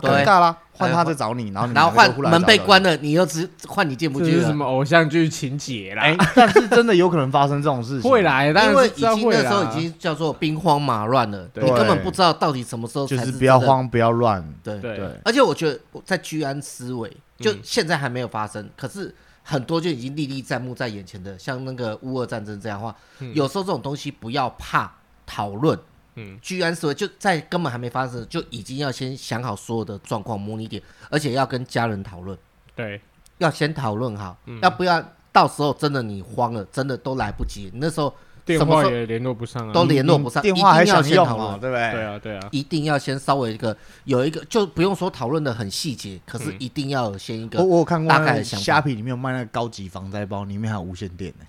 对
尴尬啦，换
哎
他再找你，然后你
然后
们两
换
个都忽然
门被
找到
关
你。
了，你又只换你进不
这
去
是什
了。
么偶像剧情节啦？
哎、但是真的有可能发生这种事情，
会，来，当
因
然
为
是
已
知道
经
会
那
啦。
时候已经叫做兵荒马乱了，
对
你根本不知道到底什么时候
就
才
是
是
不要
真的
慌，不要乱，
对
对
对
而且我觉得我在居安思危，就
嗯
现在还没有发生，可是很多就已经历历在目在眼前的，像那个乌俄战争这样的话，
嗯
有时候这种东西不要怕讨论，
嗯，
居安思危就在根本还没发生就已经要先想好所有的状况模拟点，而且要跟家人讨论，
对，
要先讨论好，
嗯
要不要到时候真的你慌了，真的都来不及，那时候
电
什么
话
时候
也联络不上啊。
都联络不上，
电话还
一定要
想
先
用
讨论
哦，。对不对？
对啊，对啊，
一定要先稍微一个有一个，就不用说讨论的很细节，可是
嗯
一定要有先一个
我我有看过
大
那
概
个
的想法
虾皮里面有卖那个高级防灾包，里面还有无线电呢、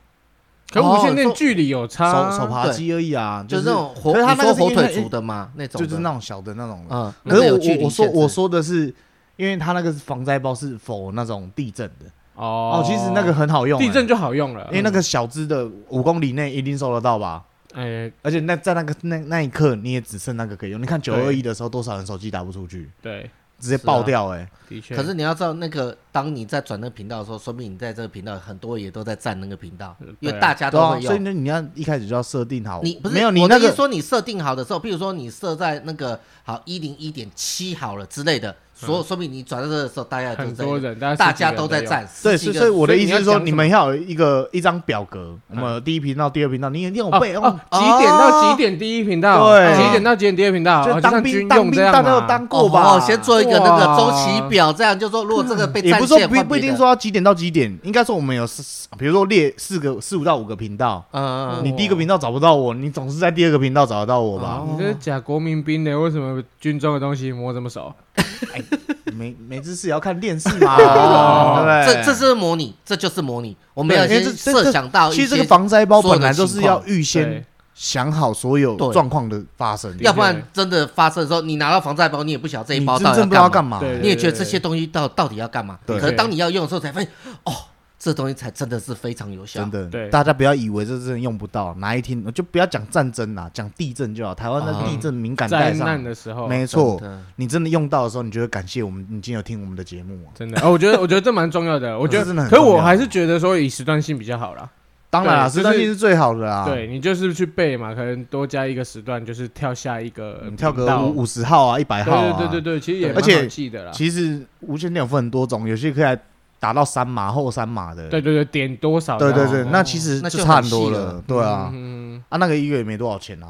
可无线
哦
电
说
距离有差啊，
手手扒
对
鸡而已啊，
就是
是
那种火，
可是他
你
那个
说
是
火
因为
腿族的吗？那种
就
的
是那种小的那种。
嗯，
可是
那
我
有距
我
离
我说
限制
我说的是，因为他那个防灾包是否那种地震的，
哦哎
哦，其实那个很好用、
地震
就
就好用了，
因为那个小只的五公里内一定收得到吧？
哎
而且那在那个那那一刻，你也只剩那个可以用。你看九二一的时候，多少人手机打不出去，
对，
直
啊
接爆掉哎、
的确，
可是你要知道，那个当你在转那个频道的时候，说明你在这个频道很多也都在占那个频道
对啊，
因为大家
对
都
啊，
会
所以
用。
呢，你要一开始就要设定好。
你不是
没有你
我的
那
意思
个
说你设定好的时候，比如说你设在那个好一零一点七好了之类的，
嗯
所说明你转到这的时候，大家
很
都
多
在，
人，大
大
十几
家
个人
都在
用，
占。
对，
十几
是
个
所以我的
所以
意
你
思
要
是说，
讲
你
什
们要有一个一张表格，
嗯
我们有第一频道、第二频道，你一定有
哦
备
哦
用。，
几点到几点第一频道，
对
几点到几点第二频道，
就
哦
当
像
兵
军
当
用这
兵
样
大家都
嘛
当过吧？
啊
嗯
哦，先做一个那个周期表，这样就说如果这个被
也
占
不是说
线，
不
换
不一
别
定
的
说要几点到几点，应该说我们有四，比如说列四个四五到五个频道，
嗯，嗯
你第一个频道找不到我，你总是在第二个频道找得到我
哦
吧？
你这是假国民兵的，为什么军中的东西摸这么熟？
没没知识也要看电视 嘛，
哦
嗯对不
这
对？
这是模拟，这就是模拟。我们要
对因为
先
这这
设想到一
其
些，
实这个防灾包本来就
所有的
是
情况
要预先
对
想好所有
对
状况的发生，
要不然真的发生的时候，你拿到防灾包，你也不晓得这一
你
包
真
到底
正不知道
要
干
干嘛，
嘛。
对
你也觉得这些东西到到底要干嘛？
对
可是当你要用的时候，才发现哦，这东西才真的是非常有效
真。的，
对
大家不要以为这真的用不到，哪一天就不要讲战争啦，讲地震就好。台湾的
啊
地震敏感
嗯灾
带上，
难的时候，
没错
真的，
你真的用到的时候，你就会感谢我们，你今天有听我们的节目啊。
真的，哦，我觉得我觉得这蛮重要的，我觉
这真的
得，
很
可是
重
我
要
还是觉得说以时段性比较好啦。
当然啦，
对
实
就是
战性是最好的啦。，
对你就是去背嘛，可能多加一个时段，就是跳下一个
你嗯跳
频
个
道
五五十号啊，一百号啊。
对对对对，其实也
对
蛮
而且
好记的啦。
其实无线电有分很多种，有些可以打到三码、后三码的。
对对对，点多少的
对
啊？
对对，
哦
那其实
那
就
就
差
很
很多
细
了
了。
对啊，
嗯，
啊，那个一个月也没多少钱啊。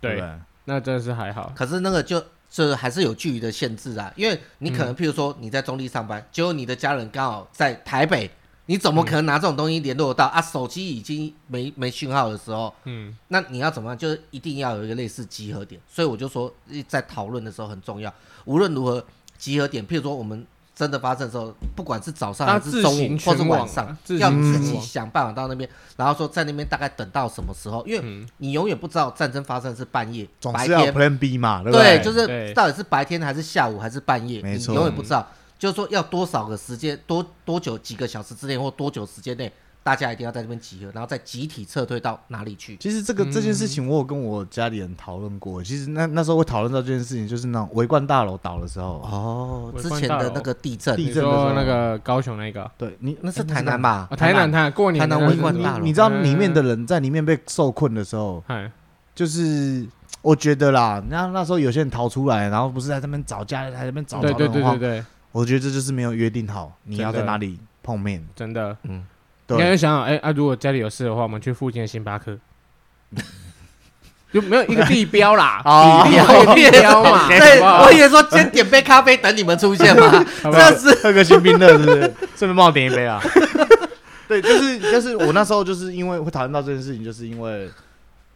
对不
对，
对，
那真的是还好。
可是那个就就是还是有距离的限制啊，因为你可能
嗯
譬如说你在中立上班，结果你的家人刚好在台北，你怎么可能拿这种东西联络得到啊？手机已经没没讯号的时候，
嗯，
那你要怎么样？就是一定要有一个类似集合点，所以我就说在讨论的时候很重要。无论如何，集合点，譬如说我们真的发生的时候，不管是早上
大
还
家
是
自
中
行
午或是
全
晚
网
上
啊，自
要
行
自
全
己
网
想办法到那边，然后说在那边大概等到什么时候，因为
嗯
你永远不知道战争发生是半夜、
总
白
是要有
天，
Plan B 嘛，对不
对，
对？
就
对
是到底是白天还是下午还是半夜，
没
你
错
永远不知道。就是说要多少个时间，多多久几个小时之内或多久时间内，大家一定要在这边集合，然后再集体撤退到哪里去。
其实这个
嗯
这件事情，我有跟我家里人讨论过。其实那那时候我讨论到这件事情，就是那种围观大楼倒的时候，
哦，
围
之
观
前
大
的
楼
那个地震，
地
你
震的时候
说那个高雄那个啊
对你
那是
哎
台南
吧？
吧？
台南，台南过
台
年
南
那
围
个
观
是
大楼
你知道里面的人在里面被受困的时候，
哎，
就是我觉得啦，那那时候有些人逃出来，然后不是在那边找家人，在那边找
对
找
对
人
对
的
对
话，
对，
我觉得这就是没有约定好你要在
真的
哪里碰面。
真的。
嗯，
你要
对，
想想，哎啊，如果家里有事的话，我们去附近的星巴克，就没有一个地标啦，
哦
地标地标 嘛，
对，
好不好
我以为说先点杯咖啡等你们出现嘛，
好不好
这是
喝个新冰乐是不是？ 顺便帮我点一杯啊。 对，就是就是我那时候就是因为会讨论到这件事情，就是因为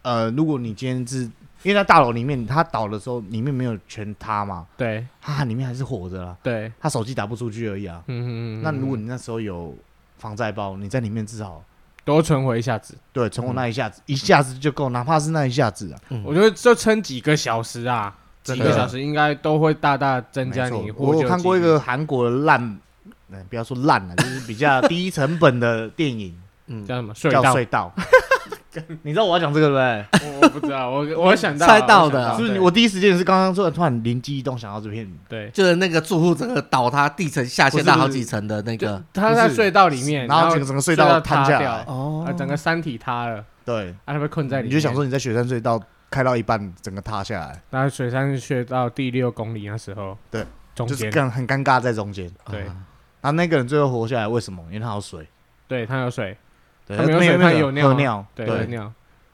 呃，如果你今天是因为在大楼里面，他倒的时候里面没有全塌嘛，
对
他里面还是活着啦，
对，
他手机打不出去而已啊。
嗯嗯嗯。
那如果你那时候有防灾包，你在里面至少
多存活一下子，
对存活那一下子，一下子就够，哪怕是那一下子啊，
嗯
我觉得就撑几个小时啊，
真
几
的
个小时应该都会大大增加
没
你
错
获救
我有
几率
看过一个韩国的烂，呃不要说烂了，就是比较低成本的电影
嗯，
叫什么隧
叫《
道，
隧道》， 你知道我要讲这个对不对？
我我不知道，我我想到
猜到的
我想
是不是？
对
我第一时间是刚刚突然突然灵机一动想到这片，
对，
就是那个住户整个倒塌，地层下陷到好几层的那
就
个，
他在隧道里面，
嗯然后
后
整个整个隧
隧
道
塌
瘫下
掉
来，
哦
啊，整个山体塌了，
对，
啊，他被困在里面，
你就想说你在雪山隧道开到一半，整个塌下来，
那水山穴到第六公里那时候，
对，
中
就是
间，
啊更很尴尬在中间。
对
然后那个人最后活下来，为什么？因为他有水，
对，他有水，
对
他没有水
没
他有尿
喝
啊
尿，
对，有尿，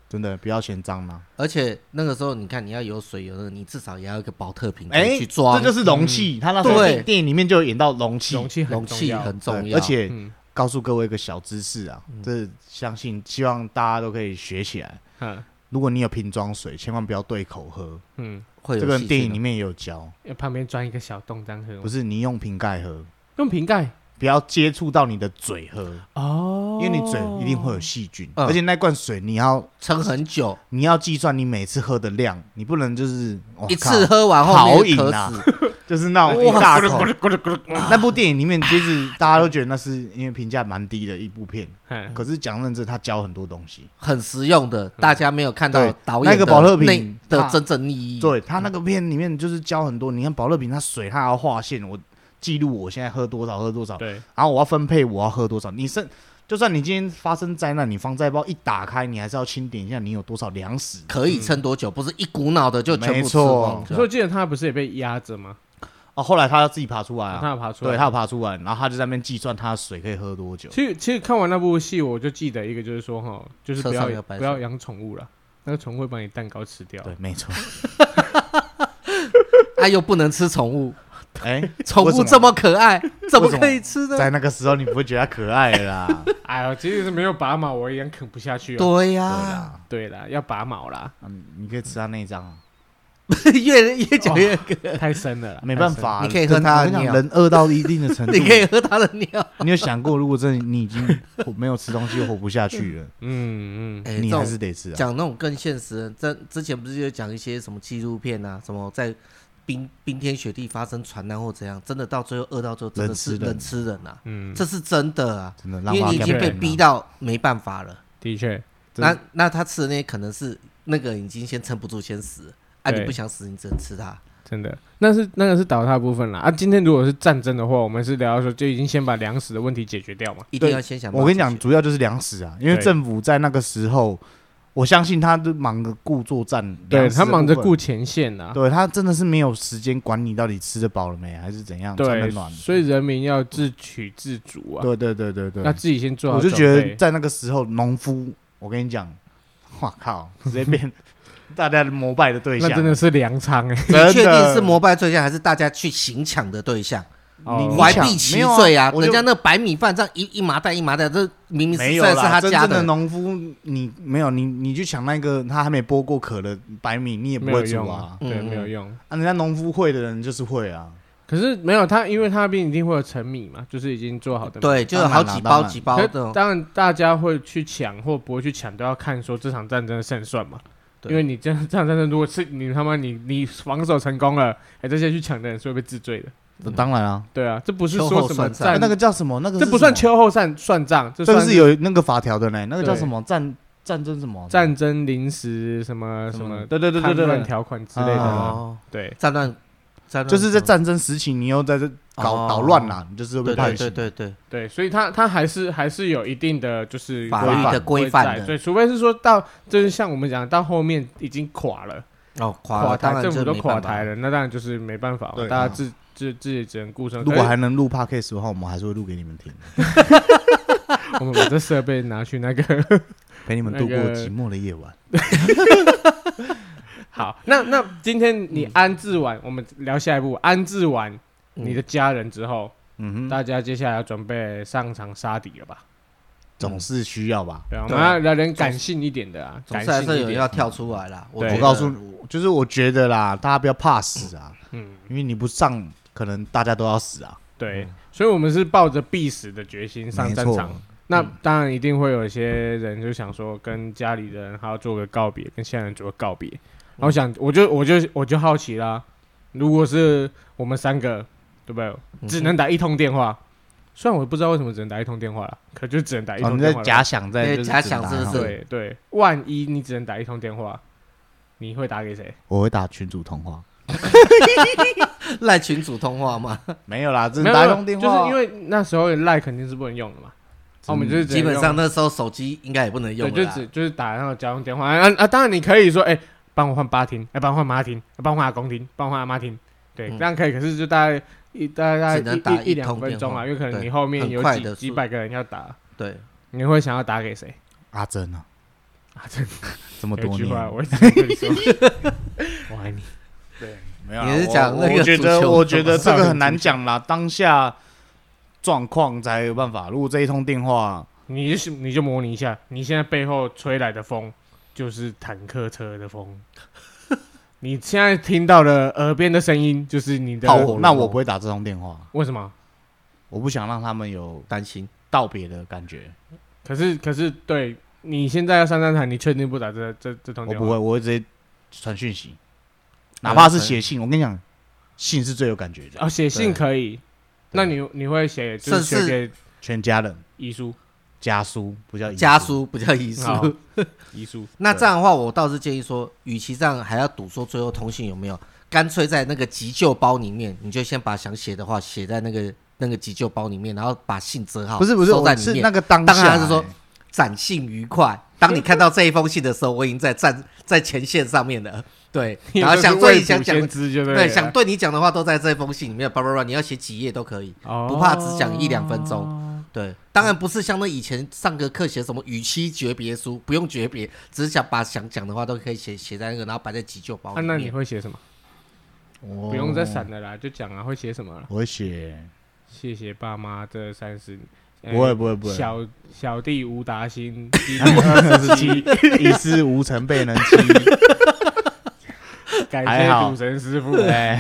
真的不要嫌脏嘛。
而且那个时候你看你要有水有那个，你至少也要有一个保特瓶可
哎，
以去装，
这就是容器。他那时候
对
电电影里面就有演到容器，
容器很
容
重
器
要
很
对
重要，
而且
嗯
告诉各位一个小知识啊，这相信希望大家都可以学起来。
嗯
如果你有瓶装水，千万不要对口喝，
嗯，
会
这
有
个
细
电
菌
影
的
里面也有教，
旁边钻一个小洞这样喝
不，是你用瓶盖喝，
用瓶盖
不要接触到你的嘴喝，
哦
因为你嘴一定会有细菌，
嗯
而且那罐水你要
撑很久，
你要计算你每次喝的量，你不能就是我
一
哦靠
次喝完后
好
面
饮
渴
啊
死，
就是那种一
哇
大
咕噜咕
口。
噜咕噜咕噜咕噜
那部电影里面，其实大家都觉得那是因为评价蛮低的一部片，
嗯
嘿
可是讲认真，他教很多东西。
很实用的，大家没有看到
嗯对
导演
那个
的
保乐瓶
内的
它
真正意义。
对他那个片里面就是教很多，你看保乐瓶，它水它还要划线，我记录我现在喝多少喝多少，
对，
然后我要分配我要喝多少。你甚就算你今天发生灾难，你防灾包一打开，你还是要清点一下你有多少粮食。
可以撑多久？不是一股脑的就全
嗯没
部吃
错
光。
可是我记得他不是也被压着吗？
哦，后来他要自己爬出
嗯
来
他
啊，
要爬出来。
对，他要爬出来，然后他就在那边计算他的水可以喝 多久。
其实其实看完那部戏，我就记得一个，就是说哈，就是不
车上
要
有白色
不要养宠物了，那个宠物会把你蛋糕吃掉。
对，没错。
哎，又不能吃宠物，
哎，
宠
为什
物
么
这么可爱，怎么可以吃呢？
在那个时候你不会觉得它可爱 了啦，
哎呦，即使是没有拔毛，我一样啃不下去、啊。
对
对
呀，
啦，
对啦，要拔毛 啦，
嗯，你可以吃它内脏啊，
越越讲
哦
越可，
太深了啦，
没办法啊，
哎你可以喝它
它
的尿
人饿到一定的程 度，
你可以喝它的尿。
你有想过，如果真的你已经活没有吃东西，活不 下去
太深
了，
了。嗯嗯，
哎，这
你还
种
是得吃啊。
讲那种更现实的，这之前不是有讲一些什么纪录片啊，什么在冰冰天雪地发生传染或怎样，真的到最后饿到最后真的是
人吃人
人吃人啊，
嗯，
这是真的啊，
真的，
因为你已经
浪
被
费
逼到没办法了。
的确，
真的
那那他吃的那些可能是那个已经先撑不住先死，啊，
对
你不想死，你只能吃它。
真的，那是那个是倒塌部分啦。啊，今天如果是战争的话，我们是聊到说就已经先把粮食的问题解决掉嘛。
一定
对
要先想办法
我跟你
解
讲，
决，
主要就是粮食啊，因为
对
政府在那个时候，我相信他都忙着顾作战，
对
粮食
他
的
忙着
部分
顾，前线啊呐、
对他真的是没有时间管你到底吃得饱了没，啊还是怎样穿得
对
暖，。
所以人民要自取自足啊。
对对对对对
那，自己先做好
我就
准备。
觉得在那个时候，农夫，我跟你讲，哇靠，直接变大家膜拜的对象，
那真的是粮仓哎。
你确
真的
定是膜拜对象，还是大家去行抢的对象？
你
哦
怀
想
璧其
没有啊
罪啊！
我
人
就
家那白米饭这样一一麻袋一麻袋，这明明是
没有
虽然是
啦，
他
真
家
正的农夫，你没有你，你去抢那个他还没剥过壳的白米，你也不
没有
会煮
用
啊。
对，
嗯
没有用。
啊，人家农夫会的人就是会啊，
可是没有他，因为他那边一定会有成米嘛，就是已经做好的。。
对，就有
当
好
然啦
几
当
包
然
几包
可
这
是
种，
当然，大家会去抢或不会去抢，都要看说这场战争的胜算嘛。
对
因为你这样这场战争，如果是你他妈你你防守成功了，哎，这些去抢的人是会被治罪的。
当然啊，
对啊，这不是
秋
说
后
什
算
么
账
啊
战，
那个叫什么？那个
哎这
是
不
什么
算，秋后算算账，这
这个
算
是有那个法条的呢。那个叫
对
什么战战争什么
战争临时什么什么
对对对对
叛
对
乱
对，
条款之类的嘛。
哦，
对，
战乱，战乱
就是在战争时期，你又在这
哦
搞捣乱啦，你就是会
对
被判
对
刑
对。对对，
对，所以他他还是还是有一定的就是
法
律
规范
的规范
在
的
对，除非是说到就是像我们讲到后面已经垮了，
哦，垮
垮
了，当
台
然
政府
就
都
没
垮
办法
台。了，那当然就是没办法嘛，
对
大家
嗯
自自自己只能顾哎上。
如果
可是
还能录 podcast 的话，我们还是会录给你们听，
我们把这设备拿去那 个
陪你们
那
度过
个
寂寞的夜晚。
好，那那今天
嗯
你安置完，我们聊下一步，安置完你的家人之后，
嗯哼，
大家接下来要准备上场杀敌了吧？
总是需要吧。
对啊，我
对
们要聊点感性一点的啊，
总
感
是还
性
是
一
有人
点。
要跳出来啦。
对
觉
我
得
告诉，你，就是我觉得啦，大家不要怕死啊。
嗯，
因为你不上，可能大家都要死啊。
嗯
对，所以我们是抱着必死的决心上
没
战
错哦
场。，那
嗯
当然一定会有一些人就想说，跟家里人还要做个告别，跟现在人做个告别。
嗯
然后想，我就我就我就好奇啦，如果是我们三个，对不对？
嗯
只能打一通电话，虽然我不知道为什么只能打一通电话啦，可就只能打一
我
通
们
电
哦在
话啦。
假想在
对
就是
假想是不是
对
对对，万一你只能打一通电话，你会打给谁？
我会打群主通话，
赖群主通话嘛，
没有啦，只
没有
是打一
没有
通电
就
话。嗯
是因为那时候赖肯定是不能用的嘛，那我们就是只
基
能
本
用
上那时候手机应该也不能用
对，
了
就
啦。
只就是打那个家用电话啊啊！当然你可以说，哎、帮我换爸听，哎、帮我换妈听，哎帮我换阿公听，帮我换阿妈听，对，
嗯
这样可以。可是就大概一大概
只能
一
打
一
一
两
通
分钟啊，
电
因为
话
可能
对
你后面有
很快
几
的
几
速
百个人要打，
对，
你会想要打给谁？
阿珍啊，
啊，这
这么
有一
多
句
年，
话我一直跟你说， 我爱你。
没有啦。啊
你是讲
我
那个
我觉
足
得
球
我觉得这个很难讲啦，当下状况才有办法。如果这一通电话，
你就是你就模拟一下，你现在背后吹来的风就是坦克车 的风，你现在听到的耳边的声音就是你 的
炮火
那我不会打这通电话，
为什么？
我不想让他们有
担心
道别的感觉。
可是可是，对你现在要上战场，你确定不打这这这通
啊
我
电
不
话？
会，我会直接传讯息，哪怕是写信。我跟你讲，信是最有感觉的，
啊
哦，写信可以。那你你会写，就是
甚至
写给
全家人
遗书，
家书不叫遗
家，书不叫遗书。
好遗书
那这样的话，我倒是建议说，与其这样还要赌说最后通信有没有，干脆在那个急救包里面，你就先把想写的话写在那个那个急救包里面，然后把信折好，
不是不是，
收在
我
里
是
面。
那个当
当
下
然是说展信愉快。当你看到这一封信的时候，我已经在站 在前线上面了。对，然后想对你想讲
先，知就
对，
对，啊
想对你讲的话都在这封信里面。叭叭叭，你要写几页都可以。
不
不怕只讲一两分钟。对，当然不是像那以前上个课写什么与妻诀别书，不用诀别，只是想把想讲的话都可以写写在那个，然后摆在急救包
啊，
里
那你
面。
会写什么？
欸不
不用再闪，了啦，就讲啊，会写什么了？
我会写，
谢谢爸妈这三十年，呃
不会不会不会，
小小弟吴达新， 第 二十七，
一事无成倍能欺，
感
还
谢
好
赌神师傅。
哎，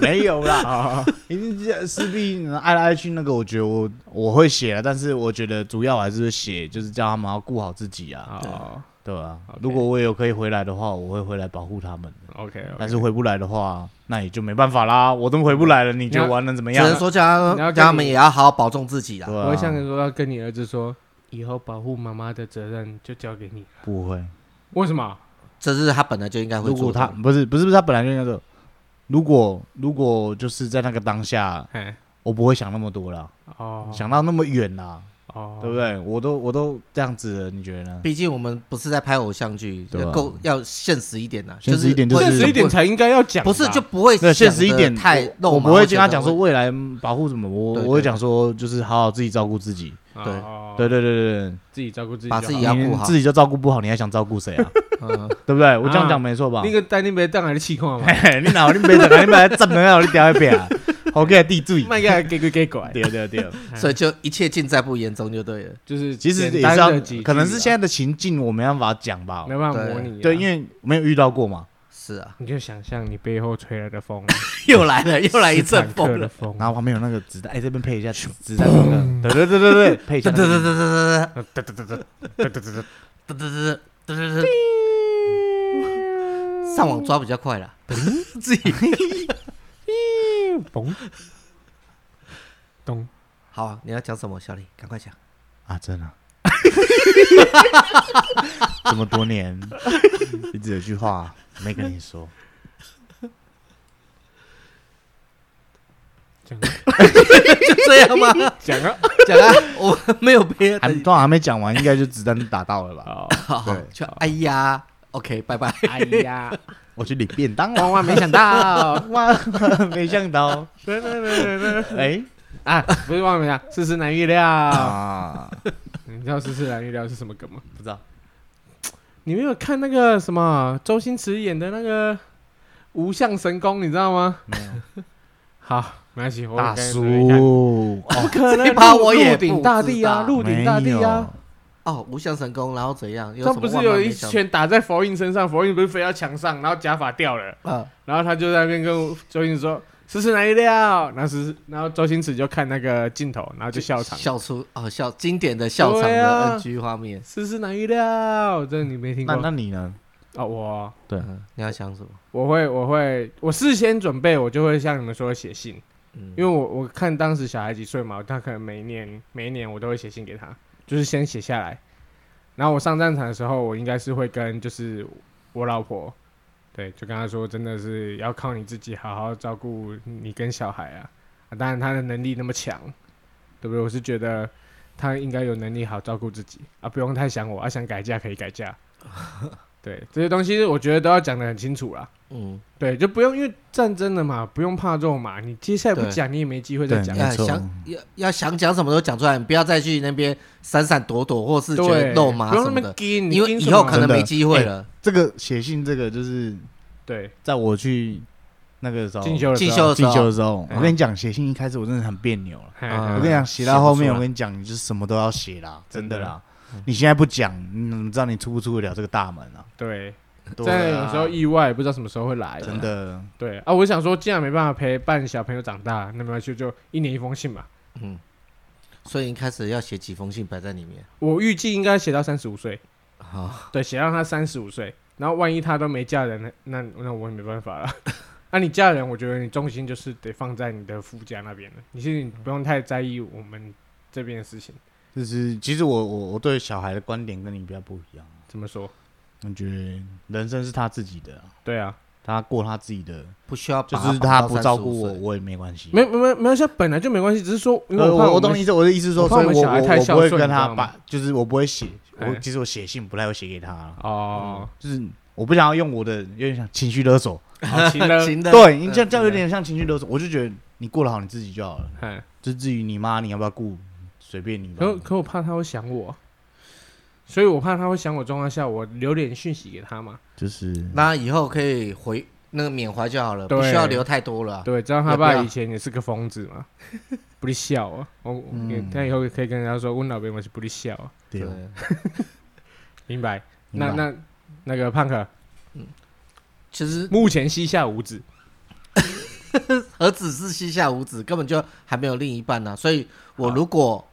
没有啦，
好，
哦一定势必爱来爱去那个，我觉得我我会写了，但是我觉得主要还是会写，就是叫他们要顾好自己啊，
好
对啊
OK。
如果我有可以回来的话，我会回来保护他们的。
，OK，
但是回不来的话，那也就没办法啦，我都回不来了，你
你
觉得
要
我还能怎么
只
样
能？说叫
你
他
要跟
叫他们
你
也要好好保重自己啦。
对
我会像
啊，
你说要跟你儿子说，以后保护妈妈的责任就交给你。
不会。
为什么？
这是他本来就应该会
如
做
果
的
他不是不是不是他本来就应该说，如果如果就是在那个当下，
哎，
我不会想那么多啦，
哦，
想到那么远啦，
哦，
对不对？我都我都这样子了，你觉得呢？
毕竟我们不是在拍偶像剧，
对啊
够要现实一点呐，啊
现实一点就是
会
现实一点才应该要讲吧，
不是就不会
对，现
想
实一
得
点，
太
我
肉
我
麻
不
我
会跟
觉
他
得
讲说
我
未来保护什么，我
对
我会
对
讲说就是好好自己照顾自己，
对
哦
对，对对对
自己照顾自己就
把
好，
自己
对，
要顾
你
好
自己就照顾不好，你还想照顾谁啊？
嗯
对不对？我这样
啊
讲没错吧？
那个在那边当然是气矿嘛，
嘿你哪有你没等，你把它震了，你掉一边啊！好给地主，
卖给给鬼给拐，
对对对，
所以就一切尽在不言中就对了。
就是
其实
简
也
单
是要
的几句，
可能是现在的情境我没办法讲吧
啊没，办法
对
模拟啊，
对，因为没有遇到过嘛。
是啊，
你就想象你背后吹来的风，
又来了，又来一
是
阵
坦克
风
的
了。
风，
然后旁边有那个子弹，哎，这边配一下子弹声的，对对对对对，配一下
对
那
对对
个。
对对对。
哒哒哒哒哒哒哒哒，
噔噔噔噔噔噔噔，上网抓比较快啦，自己
嘣，咚，
好啊，你要讲什么？小李，赶快讲。
啊，真的啊。 这么多年， 一直有句话没跟你说，
讲
就这样吗？
讲啊，
讲啊，我没有别
还
的。
当然还没讲完，应该就子弹就打到了吧？
好，
好
对，
就哎呀，OK，拜拜。
哎呀，
我去领便当了，
万万没想到，
哇，没想到，
对对对 对对，
哎
啊，不是万万没想到，世事难预料，
啊，
你知道世事难预料是什么梗吗？
不知道。
你没有看那个什么周星驰演的那个《无相神功》，你知道吗？
没有
好，没关系，我
大
改天再看，
叔，
不可
这
能，
把
鹿
我也
鹿
不
鼎
知
大帝啊，
道
鹿鼎大帝啊，
哦，无相神功，然后怎样？有
他
什么
不是
万万
有
没
一
想
拳打在佛印身上，佛印不是飞到墙上，然后假发掉了，
啊？
然后他就在那边跟周星驰说。世事难预料，然后是，然后周星驰就看那个镜头，然后就笑场。
笑出哦，笑经典的笑场
对
的
啊
NG 画面。
世事难预料，这你没听
那
过
那你呢？
哦？我
对
嗯，你要想什么？
我会我会我事先准备，我就会像你们说的写信，
嗯
因为我我看当时小孩几岁嘛，他可能每一年每一年我都会写信给他，就是先写下来。然后我上战场的时候，我应该是会跟就是我老婆，对，就跟她说，真的是要靠你自己好好照顾你跟小孩啊。啊当然他的能力那么强，对不对？我是觉得他应该有能力好照顾自己啊，不用太想我啊，想改嫁可以改嫁。 对，这些东西我觉得都要讲得很清楚啦。
嗯，
对，就不用因为战争了嘛，不用怕肉麻。你接下来不
对
讲，你也没机会再
对
讲。
要
没错
想要要想讲什么都讲出来，你不要再去那边闪闪躲躲，或是觉得
对，
肉麻
不
什
用那
么
么
的，
紧，你
因为
紧
以
什么
后可能没机会
真的
了。
这个写信，这个就是
对
在我去那个时候
进修的时候
进修的时
啊进
候啊
修的时候，
嗯
我跟你讲，写信一开始我真的很别扭了。
嘿
嗯
嘿
我跟你
嘿
讲，写到后
写不出
面，
来
我跟你讲，你就是什么都要写啦，真的啦
嗯。
你现在不讲，你怎么知道你出不出得了这个大门啊？
对，
对
在
啊
有时候意外不知道什么时候会来，
真。的，
对啊，我想说，既然没办法陪伴小朋友长大，那没关系，就一年一封信嘛。
嗯，所以你开始要写几封信摆在里面。
我预计应该写到三十 五岁，
好，
对，写到他三十五岁。然后万一他都没嫁人，那那那我也没办法了。 啊，你家人，我觉得你重心就是得放在你的夫家那边了，你其实你不用太在意我们这边的事情。
就是其实我我我对小孩的观点跟你比较不一样，
怎么说？
我觉得人生是他自己的啊、
对啊，
他过他自己的，
不需要
就
把它
是
绑
他
到
不照顾
35
我，
岁
我也没关系。
没没没没关系，本来就没关系，只是说因为
呃，
怕
我我
们
懂你意思，我的意思是说，
我怕
所以
我
我
们小孩
我
太
我
孝
不会
顺
跟
你知
他
道吗
把，就是我不会写，我
哎
其实我写信不太会写给他啊，
哦，
就是我不想要用我的有点像情绪勒索，
好，行了，
行的，
对你这样
嗯
这样有点像情绪勒索，我就觉得你过得好你自己就好了，
哎，
就至于你妈你要不要顾，随便你吧。
可可我怕他会想我，所以我怕他会想我状况下，我留点讯息给他嘛，
就是
那以后可以回那个缅怀就好了，
对
不需要留太多了啊。
对，知道他
要不
爸
要
以前也是个疯子嘛， 不利笑啊，我我
嗯
他以后可以跟人家说，我老边我是不利笑啊，
对，
明白？
明
那
白
那那个胖克，
其实
目前膝下无子，
何止是膝下无子，根本就还没有另一半呢、啊所以我
好
如果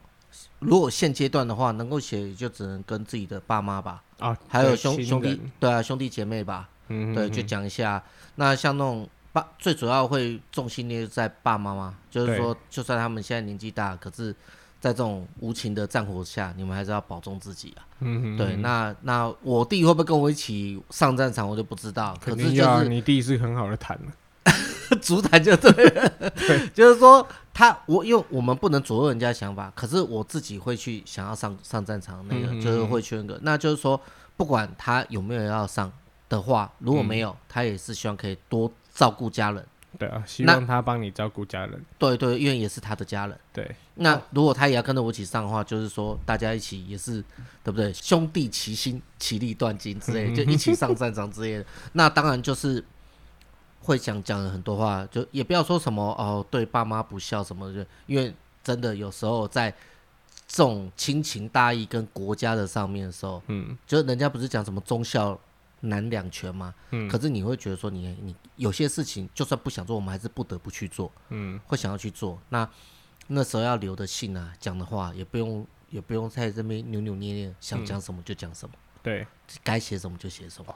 如果现阶段的话，能够写就只能跟自己的爸妈吧，
啊，
还有
对
兄
亲
兄弟
人，
对啊兄弟姐妹吧，
嗯，
对，就
嗯
讲一下。那像那种爸，最主要会重心捏在爸妈嘛，就是
对
说，就算他们现在年纪大，可是，在这种无情的战火下，你们还是要保重自己啊。
嗯嗯
对，
嗯
那那我弟会不会跟我一起上战场，我就不知道。可
肯
是
定
就
要啊
是
你第一次很好的谈了，
足坛就对了，就是说他我因为我们不能左右人家想法，可是我自己会去想要上上战场那个，
嗯嗯
就是
嗯
会去那个，那就是说不管他有没有要上的话，如果没有，他也是希望可以多照顾家人，
对啊，希
那
望他帮你照顾家人，
对对，因为也是他的家人。
对，
那如果他也要跟着我一起上的话，就是说大家一起也是对不对？兄弟齐心，其利断金之
嗯
类的，就一起上战场之类的。 那当然就是会想讲很多话，就也不要说什么哦，对爸妈不孝什么的，因为真的有时候在这种亲情大义跟国家的上面的时候，
嗯
就是人家不是讲什么忠孝难两全吗？
嗯
可是你会觉得说你你有些事情就算不想做，我们还是不得不去做。
嗯，
会想要去做。那那时候要留的信啊，讲的话也不用也不用在这边扭扭捏捏，想讲什么就讲什么，
对，
该写什么就写什么。